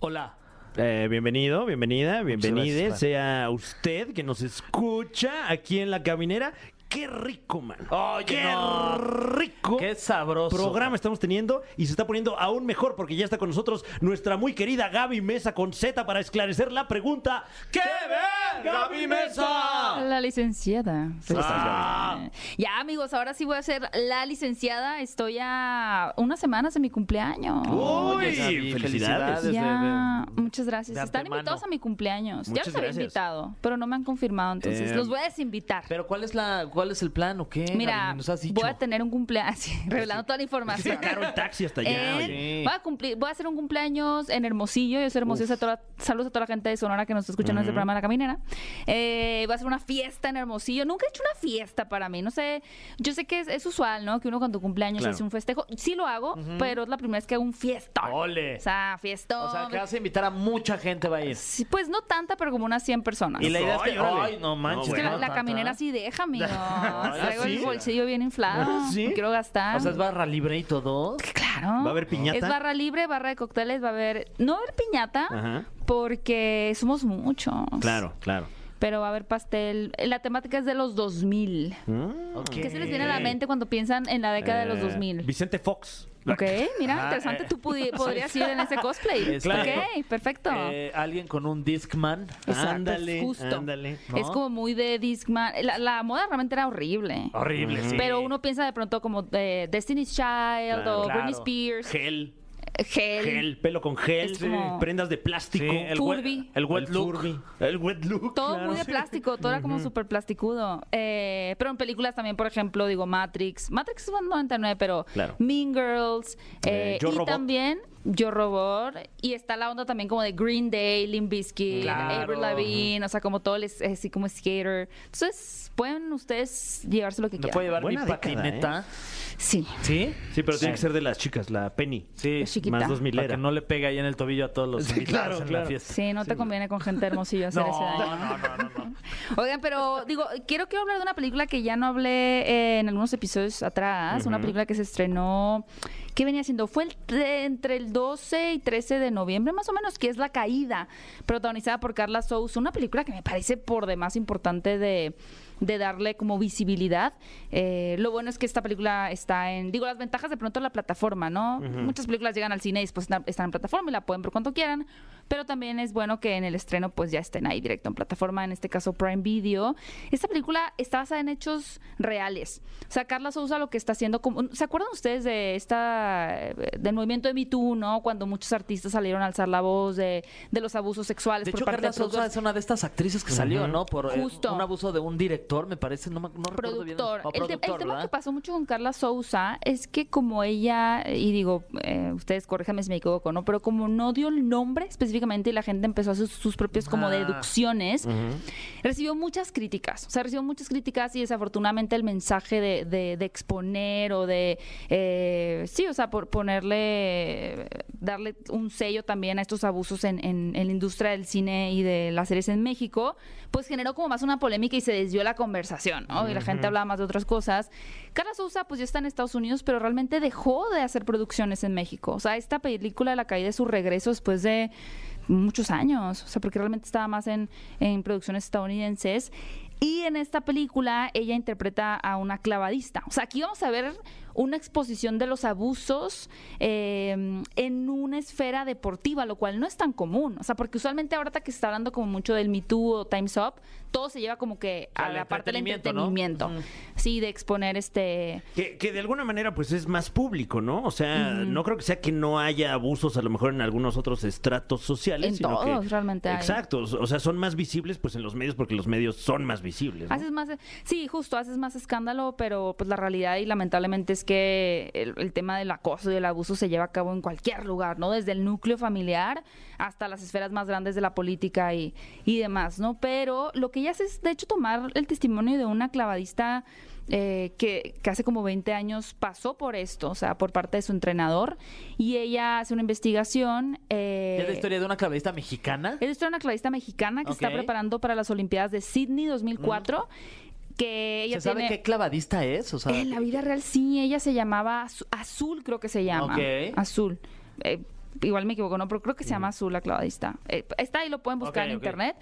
Hola. Eh, bienvenido, bienvenida, bienvenide gracias, sea usted que nos escucha aquí en la caminera. Qué rico, man. Oye, qué no. rico. Qué sabroso. Programa estamos teniendo y se está poniendo aún mejor porque ya está con nosotros nuestra muy querida Gaby Mesa con Z para esclarecer la pregunta. ¿Qué ven, Gaby Mesa? La licenciada. Pues, Ah. eh, Ya, amigos, ahora sí voy a ser la licenciada. Estoy a unas semanas de mi cumpleaños. Uy, Oye, Gaby, felicidades. felicidades. desde- ya, muchas gracias. Uh, de Están antemano. invitados a mi cumpleaños. ya Muchas los había gracias. invitado, pero no me han confirmado, entonces Eh, los voy a desinvitar. Pero ¿cuál es la, cuál es el plan o qué? Mira, Gaby? nos has dicho. voy a tener un cumpleaños, (laughs) sí, revelando toda la información. Sacaron el taxi hasta allá. En- oye. oye. voy a cumplir, voy a hacer un cumpleaños en Hermosillo, yo soy hermosillo, a toda- saludos a toda la gente de Sonora que nos escucha en este programa La Caminera. Eh, voy a hacer una fiesta en Hermosillo, nunca he hecho una fiesta para mí, no sé, yo sé que es, es usual, ¿no? Que uno cuando cumpleaños Claro. hace un festejo, sí lo hago, pero es la primera vez que hago un fiestón. Ole. O sea, fiestón. O sea, que vas a invitar a mucha gente, va a ir. Sí, pues no tanta, pero como unas 100 personas. Y la idea es que. Ay, órale. Ay, no manches. Es que la, no, la tanta. caminera sí (laughs) deja, amigo. Ah, Traigo ¿sí? el bolsillo bien inflado. ¿Sí? No Quiero gastar. O sea, es barra libre y todo. Pues Claro. ¿Va a haber piñata? Es barra libre, barra de cócteles, va a haber... No va a haber piñata, Ajá. porque somos muchos. Claro, claro. Pero va a haber pastel. Eh, La temática es de los 2000. ¿Qué se les viene a la mente cuando piensan en la década de los Mm. Eh, 2000? Vicente Fox. Ok, mira, Ajá, interesante. eh. Tú (laughs) pudi- podrías ir en ese cosplay. Es claro. Ok, perfecto. Eh, Alguien con un Discman. Exacto, ándale, justo. ándale, ¿no? Es como muy de Discman. La, la moda realmente era horrible. Horrible, sí. Pero uno piensa de pronto como eh, Destiny's Child Claro. o Britney Claro. Spears, Gel. Gel. Gel, pelo con gel, Es como- prendas de plástico. Sí, el Furby. wet- el wet look. Furby, El wet look. Todo claro, muy de sí. plástico, todo era como súper plasticudo. Eh, pero en películas también, por ejemplo, digo Matrix. Matrix es 99, pero Claro. Mean Girls. Eh, eh, Yo y Robot. también Yo Robot. Y está la onda también como de Green Day, Limp Mm, Bizkit, Claro. Avril Lavigne. O sea, como todo, les, así como skater. Entonces, pueden ustedes llevarse lo que Me quieran. puedo llevar Buena mi década, patineta. Sí, ¿eh? ¿Sí? Sí, pero tiene que ser de las chicas, la Penny. Sí. Es chiquita. Más dos Para que milera. no le pegue ahí en el tobillo a todos los invitados claro, en claro. la fiesta. sí, no te conviene con gente hermosillo hacer ese daño. no, no, no, no. (laughs) Oigan, pero digo, quiero quiero hablar de una película que ya no hablé eh, en algunos episodios atrás, una película que se estrenó, ¿qué venía siendo? Fue el tre- entre el 12 y 13 de noviembre más o menos, que es La Caída, protagonizada por Carla Sousa, una película que me parece por demás importante de de darle como visibilidad. Eh, lo bueno es que esta película está en, digo, las ventajas de pronto la plataforma, ¿no? Muchas películas llegan al cine y después na- están en plataforma y la pueden ver cuando quieran, pero también es bueno que en el estreno pues ya estén ahí directo en plataforma, en este caso Prime Video. Esta película está basada en hechos reales. O sea, Carla Sousa lo que está haciendo, como, ¿se acuerdan ustedes de esta, eh, del movimiento de Me Too, ¿no? Cuando muchos artistas salieron a alzar la voz de, de los abusos sexuales De por hecho, parte Carla de productores. Sousa es una de estas actrices que salió, ¿no? Por eh, Justo. un abuso de un director, me parece. No, me- no recuerdo bien. productor. O El, te- el productor, tema que ¿verdad? pasó mucho con Carla Sousa es que como ella, y digo, eh, ustedes corríjanme si me equivoco, ¿no? Pero como no dio el nombre específicamente y la gente empezó a hacer sus propios como Ah. deducciones, recibió muchas críticas. O sea, recibió muchas críticas y desafortunadamente el mensaje de, de- de exponer o de, eh, sí, o sea, por ponerle, darle un sello también a estos abusos en, en- en la industria del cine y de las series en México, pues generó como más una polémica y se desvió la conversación, ¿no? Y la gente hablaba más de otras cosas. Carla Sousa, pues ya está en Estados Unidos, pero realmente dejó de hacer producciones en México. O sea, esta película, La caída de su regreso después de muchos años, o sea, porque realmente estaba más en, en producciones estadounidenses. Y en esta película ella interpreta a una clavadista. O sea, aquí vamos a ver una exposición de los abusos eh, en una esfera deportiva, lo cual no es tan común. O sea, porque usualmente ahorita que se está hablando como mucho del Me Too o Times Up, todo se lleva como que a Al la parte del entretenimiento, ¿no? entretenimiento. Sí, de exponer este... Que, que de alguna manera pues es más público, ¿no? O sea, no creo que sea que no haya abusos a lo mejor en algunos otros estratos sociales. En sino todos que- realmente hay. Exacto, o sea, son más visibles pues en los medios porque los medios son más visibles. ¿no? Haces más, sí, justo, haces más escándalo, pero pues la realidad y lamentablemente es que el, el tema del acoso y el abuso se lleva a cabo en cualquier lugar, ¿no? Desde el núcleo familiar hasta las esferas más grandes de la política y, y demás, ¿no? Pero lo que ella hace es, de hecho, tomar el testimonio de una clavadista eh, que, que hace como 20 años pasó por esto, o sea, por parte de su entrenador, y ella hace una investigación. eh, Es la historia de una clavadista mexicana. es de una clavista mexicana que está Ok. preparando para las Olimpiadas de Sydney 2004. Que ella Mm. ¿Se sabe tiene- qué clavadista es? O sea, en la vida real sí, ella se llamaba Azu- Azul, creo que se llama. Ok. Mm. Azul. Eh, igual me equivoco, ¿no? Pero creo que se llama Azul la clavadista. Eh, está ahí, lo pueden buscar Ok, en ok. internet.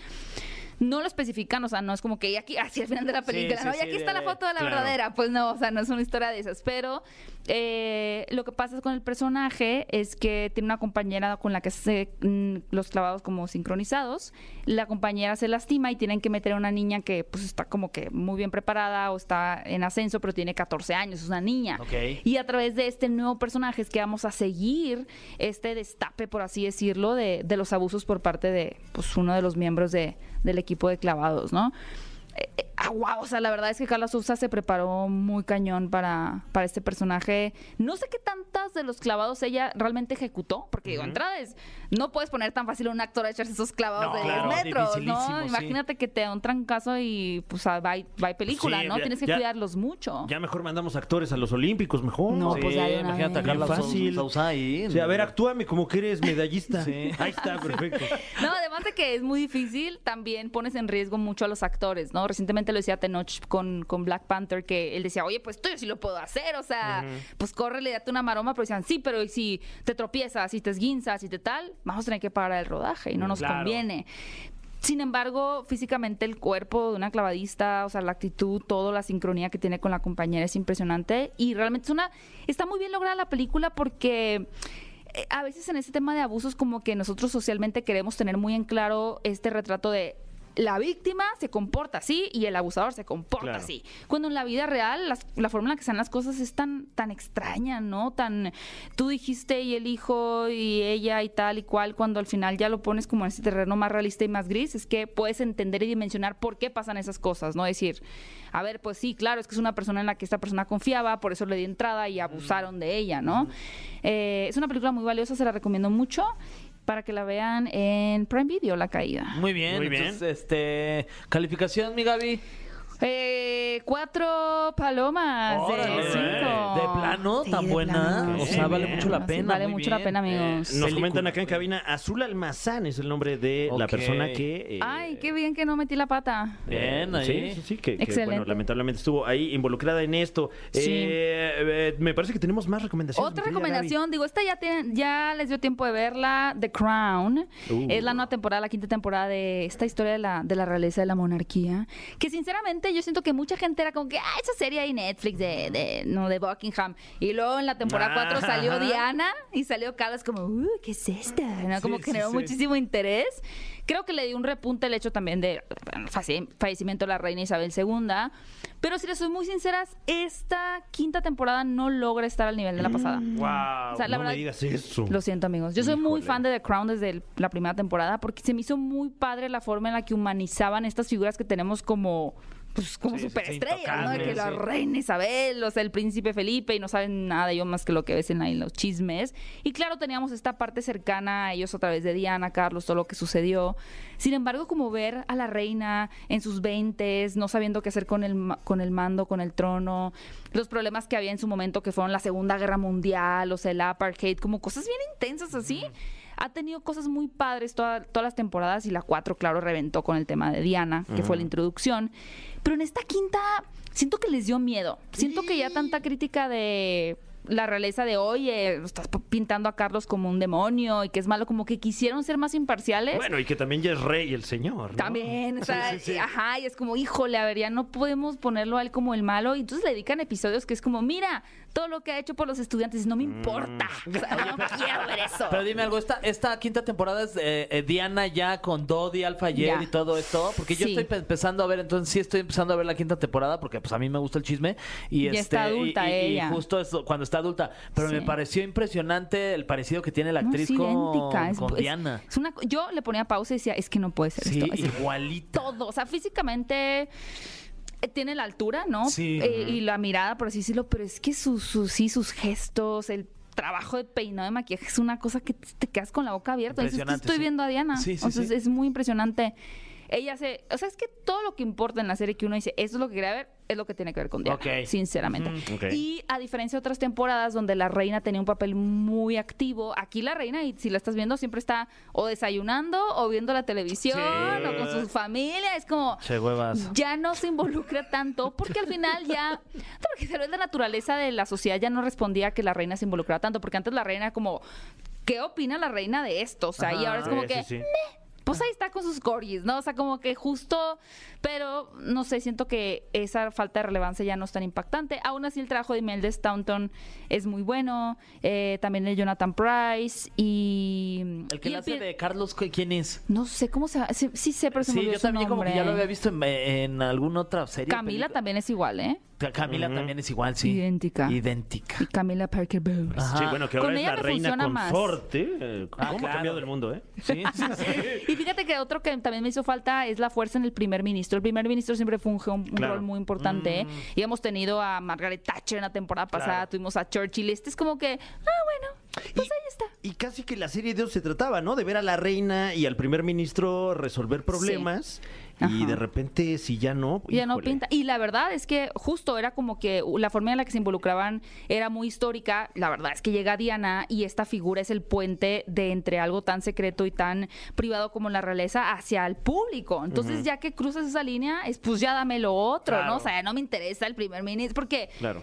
No lo especifican, o sea, no es como que y aquí, así al final de la película, sí, ¿no? sí, y aquí está de- la foto de la claro. verdadera. Pues no, o sea, no es una historia de esas. Pero eh, lo que pasa con el personaje es que tiene una compañera con la que hace mm, los clavados como sincronizados. La compañera se lastima y tienen que meter a una niña que pues está como que muy bien preparada o está en ascenso, pero tiene 14 años, es una niña. Ok. Y a través de este nuevo personaje es que vamos a seguir este destape, por así decirlo, de, de los abusos por parte de pues, uno de los miembros de- del equipo de clavados, ¿no? Eh, eh, ah, guau, o sea, la verdad es que Carla Sousa se preparó muy cañón para, para este personaje. No sé qué tantas de los clavados ella realmente ejecutó, porque digo, entrada es, no puedes poner tan fácil a un actor a echarse esos clavados No, de claro, 10 metros, dificilísimo, ¿no? sí. Imagínate que te da un trancazo y pues ah, va, y- va y película, Sí, ¿no? ya- Tienes que ya- cuidarlos mucho. Ya mejor mandamos actores a los olímpicos, mejor. No, Sí, pues ya de una imagínate a vez. Carla Bien fácil. Sou- Sousa ahí. O sea, a ver, actúame como que eres (laughs) medallista. Sí. Ahí está, perfecto. No, además de que es muy difícil, también pones en riesgo mucho a los actores, ¿no? Recientemente lo decía Tenoch con, con Black Panther, que él decía, oye, pues tú yo sí lo puedo hacer, o sea, pues córrele, date una maroma, pero decían, sí, pero ¿y si te tropiezas, si te esguinzas, si te tal, vamos a tener que parar el rodaje y no nos Claro. conviene. Sin embargo, físicamente el cuerpo de una clavadista, o sea, la actitud, todo, la sincronía que tiene con la compañera es impresionante y realmente es una está muy bien lograda la película porque eh, a veces en este tema de abusos como que nosotros socialmente queremos tener muy en claro este retrato de la víctima se comporta así y el abusador se comporta Claro. así. Cuando en la vida real las- la forma en la que se dan las cosas es tan, tan extraña, ¿no? Tan tú dijiste y el hijo y ella y tal y cual, cuando al final ya lo pones como en ese terreno más realista y más gris, es que puedes entender y dimensionar por qué pasan esas cosas, ¿no? Decir, a ver, pues sí, claro, es que es una persona en la que esta persona confiaba, por eso le di entrada y abusaron de ella, ¿no? Eh, es una película muy valiosa, se la recomiendo mucho para que la vean en Prime Video, La Caída. Muy bien, Muy bien. entonces, este, calificación, mi Gaby. Eh, cuatro palomas Órale. de Ah, cinco. ¿De plano? Sí, ¿Tan de buena? plano. O Sí, sea, vale bien. mucho la Sí, pena. vale muy mucho la bien. pena, amigos. Eh, Nos película. comentan acá en cabina, Azul Almazán es el nombre de la Ok. persona que... eh, Ay, qué bien que no metí la pata. Bien, eh, ahí. Sí, sí, sí, que, que, bueno, Excelente. lamentablemente estuvo ahí involucrada en esto. Sí. Eh, eh, me parece que tenemos más recomendaciones. Otra mi querida recomendación, digo, esta ya, tienen- ya les dio tiempo de verla, The Crown. Uh. Es la nueva temporada, la quinta temporada de esta historia de la, de la realeza de la monarquía. Que sinceramente yo siento que mucha gente era como que, ah, esa serie ahí Netflix de, de- no, de Buckingham. Y luego en la temporada 4 salió Ajá. Diana y salió Carlos como, uh, ¿qué es esta? ¿No? Como Sí, que sí, generó sí. muchísimo interés. Creo que le dio un repunte el hecho también de bueno, falle- fallecimiento de la reina Isabel II. Pero si les soy muy sinceras, esta quinta temporada no logra estar al nivel de la pasada. David. Wow, O sea, la no verdad- me digas eso. Lo siento, amigos. Yo soy muy Híjole. fan de The Crown desde el- la primera temporada porque se me hizo muy padre la forma en la que humanizaban estas figuras que tenemos como. Pues como Sí, sí, sí, superestrellas, ¿no? De que la intocables, sí. reina Isabel, o sea, el príncipe Felipe, y no saben nada de ellos más que lo que ves en, la- en los chismes. Y claro, teníamos esta parte cercana a ellos a través de Diana, Carlos, todo lo que sucedió. Sin embargo, como ver a la reina en sus veintes, no sabiendo qué hacer con el, ma- con el mando, con el trono, los problemas que había en su momento, que fueron la Segunda Guerra Mundial, o sea, el apartheid, como cosas bien intensas así. Ha tenido cosas muy padres toda- todas las temporadas y la 4, claro, reventó con el tema de Diana, que fue la introducción. Pero en esta quinta, siento que les dio miedo. Siento que ya tanta crítica de la realeza de hoy, estás p- pintando a Carlos como un demonio y que es malo, como que quisieron ser más imparciales. Bueno, y que también ya es rey el señor. ¿no? También, o Sí, sea, sí, sí. ajá, y es como, híjole, a ver, ya no podemos ponerlo a él como el malo. Y entonces le dedican episodios que es como, mira, todo lo que ha hecho por los estudiantes, no me Mm. importa. (laughs) O sea, no quiero ver eso. Pero dime algo, esta, esta quinta temporada es eh, eh, Diana ya con Dodi, Alfayer Ya. y todo esto, porque yo Sí. estoy pe- empezando a ver, entonces sí estoy empezando a ver la quinta temporada, porque pues a mí me gusta el chisme. Y, Ya este, está y- adulta y- y ella. justo eso, cuando está adulta. Pero me Sí. pareció impresionante el parecido que tiene la No, actriz es con, idéntica, es- con es- Diana. es una co- yo le ponía pausa y decía, es que no puede ser sí, esto. es- igualita. todo, o sea, físicamente eh, tiene la altura, ¿no? Sí. Eh, y la mirada, por así decirlo, pero es que sus, sus, sí, sus gestos, el trabajo de peinado de maquillaje es una cosa que te te quedas con la boca abierta. Dices, "¿Qué Impresionante, estoy sí. viendo a Diana. Sí, sí, o sea, sí. es muy impresionante. Ella se, o sea, es que todo lo que importa en la serie que uno dice, eso es lo que quería ver, es lo que tiene que ver con Diana, Ok. sinceramente. Ok. Y a diferencia de otras temporadas donde la reina tenía un papel muy activo, aquí la reina, y si la estás viendo, siempre está o desayunando o viendo la televisión Sí. o con su familia. Es como, Che, huevas. ya no se involucra tanto porque al final ya (laughs) porque tal vez la naturaleza de la sociedad ya no respondía a que la reina se involucrara tanto porque antes la reina como ¿qué opina la reina de esto? o sea y Ajá. ahora es como Sí, que sí, sí. pues ahí está con sus gorgis, ¿no? O sea, como que justo, pero no sé, siento que esa falta de relevancia ya no es tan impactante. Aún así, el trabajo de Imelda Staunton es muy bueno, eh, también el Jonathan Price y... El que y la hace pi- de Carlos, ¿cu- ¿quién es? No sé cómo se... Sí, sí sé, pero se Sí, me olvidó yo su también como que ya nombre. lo había visto en, en alguna otra serie. Camila película. también es igual, ¿eh? Camila también es igual, sí. Idéntica. Idéntica. Y Camila Parker Bowles. Ajá. Sí, bueno, que Con ahora es ella la me reina funciona más. consorte. eh, ¿Cómo Ah, ha claro. cambiado el mundo, eh? Sí, sí, (laughs) sí. (laughs) Y fíjate que otro que también me hizo falta es la fuerza en el primer ministro. El primer ministro siempre funge un, un Claro. rol muy importante. ¿eh? Y hemos tenido a Margaret Thatcher en la temporada pasada, tuvimos a Churchill. Este es como que, ah, bueno, pues Y- ahí está. Y casi que la serie de Dios se trataba, ¿no? De ver a la reina y al primer ministro resolver problemas. Y Ajá. de repente, si ya no. Ya no híjole. pinta. Y la verdad es que justo era como que la forma en la que se involucraban era muy histórica. La verdad es que llega Diana y esta figura es el puente de entre algo tan secreto y tan privado como la realeza hacia el público. Entonces, ya que cruzas esa línea, es pues ya dame lo otro, ¿no? O sea, ya no me interesa el primer ministro. Porque Claro.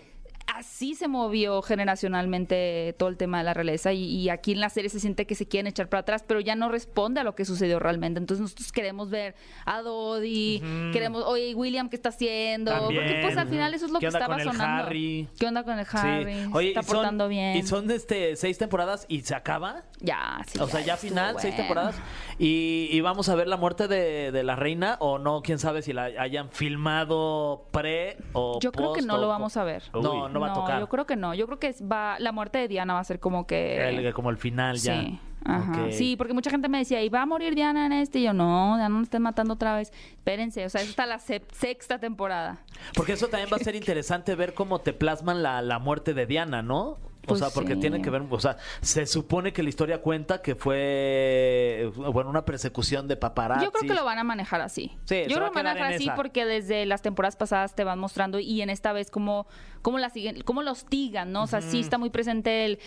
así se movió generacionalmente todo el tema de la realeza y, y aquí en la serie se siente que se quieren echar para atrás, pero ya no responde a lo que sucedió realmente. Entonces nosotros queremos ver a Dodi, queremos, oye, ¿y William, ¿qué está haciendo? Porque También. pues al final eso es lo ¿Qué que onda estaba con el sonando. Harry? ¿Qué onda con el Sí. Harry? ¿Se Oye, está y son, portando bien. Y son este, seis temporadas y se acaba. Ya, sí. O sea, ya estuvo final, seis bueno. temporadas. Y, y vamos a ver la muerte de, de la reina o no, quién sabe si la hayan filmado pre o Yo creo que post no o- lo vamos a ver. No, no va a tocar. Yo creo que no. Yo creo que es- va, la muerte de Diana va a ser como que. El- como el final ya. Sí. Ajá. Ok. Sí, porque mucha gente me decía, ¿y va a morir Diana en este? Y yo, no, Diana no la estén matando otra vez. Espérense, o sea, eso está la sep- sexta temporada. Porque eso también va a ser interesante ver cómo te plasman la, la muerte de Diana, ¿no? Pues o sea, porque sí. tiene que ver, o sea, se supone que la historia cuenta que fue, bueno, una persecución de paparazzi. Yo creo que lo van a manejar así. Sí, se Yo creo va que lo a van quedar a manejar en así esa. porque desde las temporadas pasadas te van mostrando y en esta vez cómo, cómo, la siguen, cómo lo hostigan, ¿no? O sea, sí está muy presente el...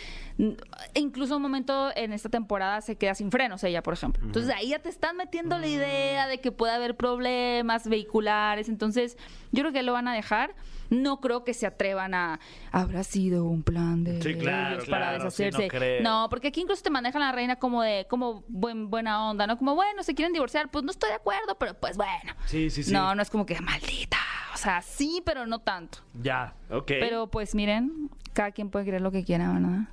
e Incluso un momento en esta temporada se queda sin frenos ella, por ejemplo. Entonces ahí ya te están metiendo Mm. la idea de que puede haber problemas vehiculares. Entonces yo creo que lo van a dejar. No creo que se atrevan a... Habrá sido un plan de... Sí, claro, ellos Eh, para claro, sí, no deshacerse. creo. no, no, porque aquí incluso te manejan a la reina como de, como buen, buena onda, ¿no? Como, bueno, se quieren divorciar, pues no estoy de acuerdo, pero pues bueno. Sí, sí, sí. No, no es como que maldita. O sea, sí, pero no tanto. Ya, ok. Pero pues miren, cada quien puede creer lo que quiera, ¿verdad?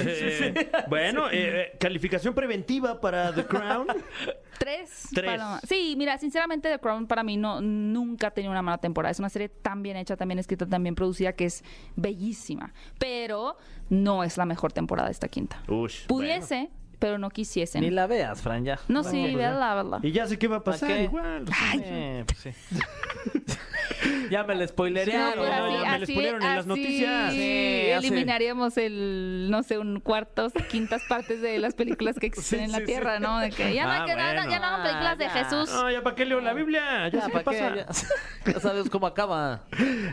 Eh, bueno, eh, eh, calificación preventiva para The (laughs) Crown. Tres. Tres. palomas. Sí, mira, sinceramente The Crown para mí no nunca ha tenido una mala temporada. Es una serie tan bien hecha, tan bien escrita, tan bien producida que es bellísima. Pero no es la mejor temporada de esta quinta. Ush, Pudiese, pero no quisiesen. Ni la veas, Fran, ya. No, sí, Ok. verdad, verdad. Y ya sé qué va a pasar ¿Para qué? igual. Eh, pues sí. (laughs) ya me la spoilerearon. No, pues no, así, ya me lo así- exponieron en las así noticias. Sí, así. eliminaríamos el, no sé, un cuartos, quintas partes de las películas que (laughs) existen Sí, en la sí, Tierra, sí. ¿no? De que ya, Ah, no, que no- bueno. ya no hagan películas de Ah, ya. Jesús. No, ya para qué leo la Biblia. Ya, Ya, sé qué ¿para qué? pasa. Ya, (laughs) ya sabes cómo acaba.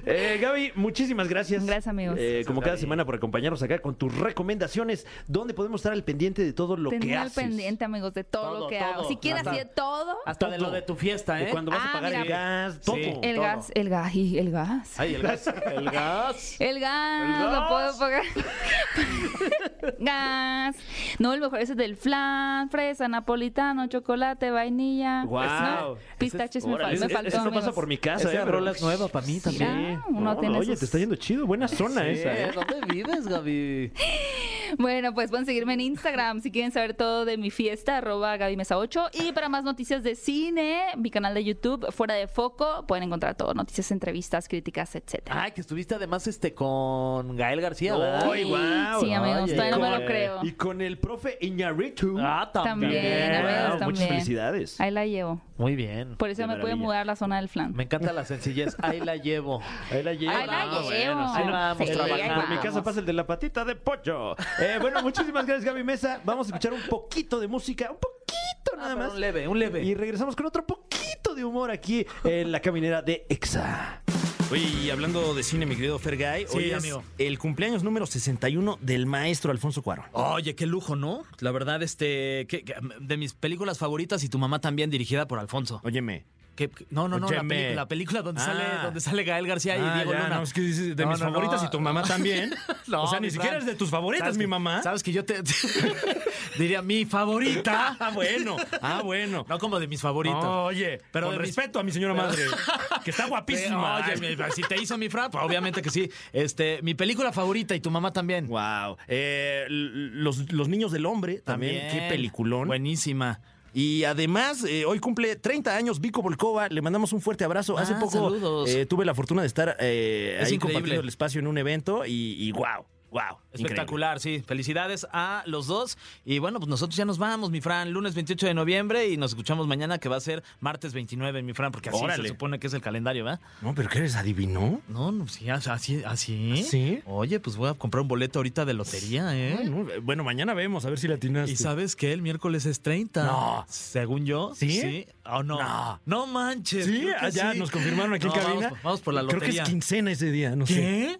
Eh, Gaby, muchísimas gracias. Gracias, amigos. Eh, como cada Gaby. semana por acompañarnos acá con tus recomendaciones, donde podemos estar al pendiente de todo lo que Tenía al haces. pendiente, amigos, de todo, Todo, lo que todo. hago. Si quieres Hasta- así de todo, Ah, Hasta de lo de tu fiesta, De ¿eh? cuando vas a Ah, pagar el mira. gas, todo. Sí. el todo. gas, el gas, y el gas. Ay, (laughs) el gas. El gas. El gas, lo puedo pagar. (laughs) gas. No, el mejor es el del flan, fresa, napolitano, chocolate, vainilla. Pues, Guau. ¿no? Pistaches me, fal- Órale, me es- faltó. eso no pasa amigos. por mi casa, Esa ¿eh? Pero- rola es nueva para mí Sí, también. ah, uno No, tiene oye, sus- te está yendo chido. Buena zona esa, ¿eh? ¿Dónde vives, Gaby? Bueno, pues pueden seguirme en Instagram si quieren saber todo de mi fiesta, arroba Gaby Mesa 8. Y para más noticias de cine, mi canal de YouTube, Fuera de Foco, pueden encontrar todo, noticias, entrevistas, críticas, etcétera. Ay, que estuviste además este con Gael García, ¿verdad? Oh, Ay, guau. pues. Sí, amigos, Oye, todavía no me con- lo creo. Y con el profe Iñarritu. Ah, también. Ah, También, amigos, Wow, muchas también. felicidades. Ahí la llevo. Muy bien. Por eso Qué me pude maravilla. mudar la zona del flan. Me encanta la sencillez. Ahí la llevo. Ahí la llevo. Ahí la vamos, llevo. bueno, ahí Ah, vamos, Sí, trabajando. ahí Por mi vamos. casa pasa el de la patita de pollo. Eh, bueno, muchísimas gracias, Gaby Mesa. Vamos a escuchar un poquito de música, un poquito nada Ah, pero más. Un leve, un leve. Y regresamos con otro poquito de humor aquí en la caminera de Exa. Oye, y hablando de cine, mi querido Fergay, Sí, hoy es amigo. el cumpleaños número 61 del maestro Alfonso Cuarón. Oye, qué lujo, ¿no? La verdad, este, que- que- de mis películas favoritas y tu mamá también dirigida por Alfonso. Óyeme. Que- que- no, no, no, la Óyeme. película, la película donde Ah. sale, donde sale Gael García y Ah, Diego ya, Luna. no, es que dices de No, mis no, no. favoritas y tu (laughs) mamá también. No, o sea, mi ni siquiera Fran. es de tus favoritas, ¿Sabes mi que- mamá. Sabes que yo te (laughs) diría mi favorita. (laughs) Ah, bueno. Ah, bueno. No como de mis favoritos. Oye, Pero pero con de mis- respeto a mi señora pero- madre, que está guapísima. Oye, mi- si te hizo mi Fran, pues obviamente que sí. Este, mi película favorita y tu mamá también. Wow. Eh, los, los niños del hombre también. Qué peliculón. Buenísima. Y además, eh, hoy cumple 30 años Vico Volkova. Le mandamos un fuerte abrazo. Hace Ah, poco saludos. eh, tuve la fortuna de estar eh, Es ahí increíble. compartiendo el espacio en un evento y, y wow, wow. Espectacular, sí. Felicidades a los dos. Y bueno, pues nosotros ya nos vamos, mi Fran. Lunes 28 de noviembre y nos escuchamos mañana, que va a ser martes 29, mi Fran, porque así Órale. se supone que es el calendario, ¿verdad? No, pero ¿qué eres? ¿Adivinó? No, no, sí, así, así. ¿Sí? Oye, pues voy a comprar un boleto ahorita de lotería, ¿eh? Ah, no, eh, Bueno, mañana vemos, a ver si la atinaste. ¿Y sabes que El miércoles es 30. No. Según yo. ¿Sí? ¿O no? No. No manches. Sí, creo que allá sí. nos confirmaron aquí No, en vamos cabina. por- Vamos, por la Creo que lotería. es quincena ese día, no sé. ¿Qué?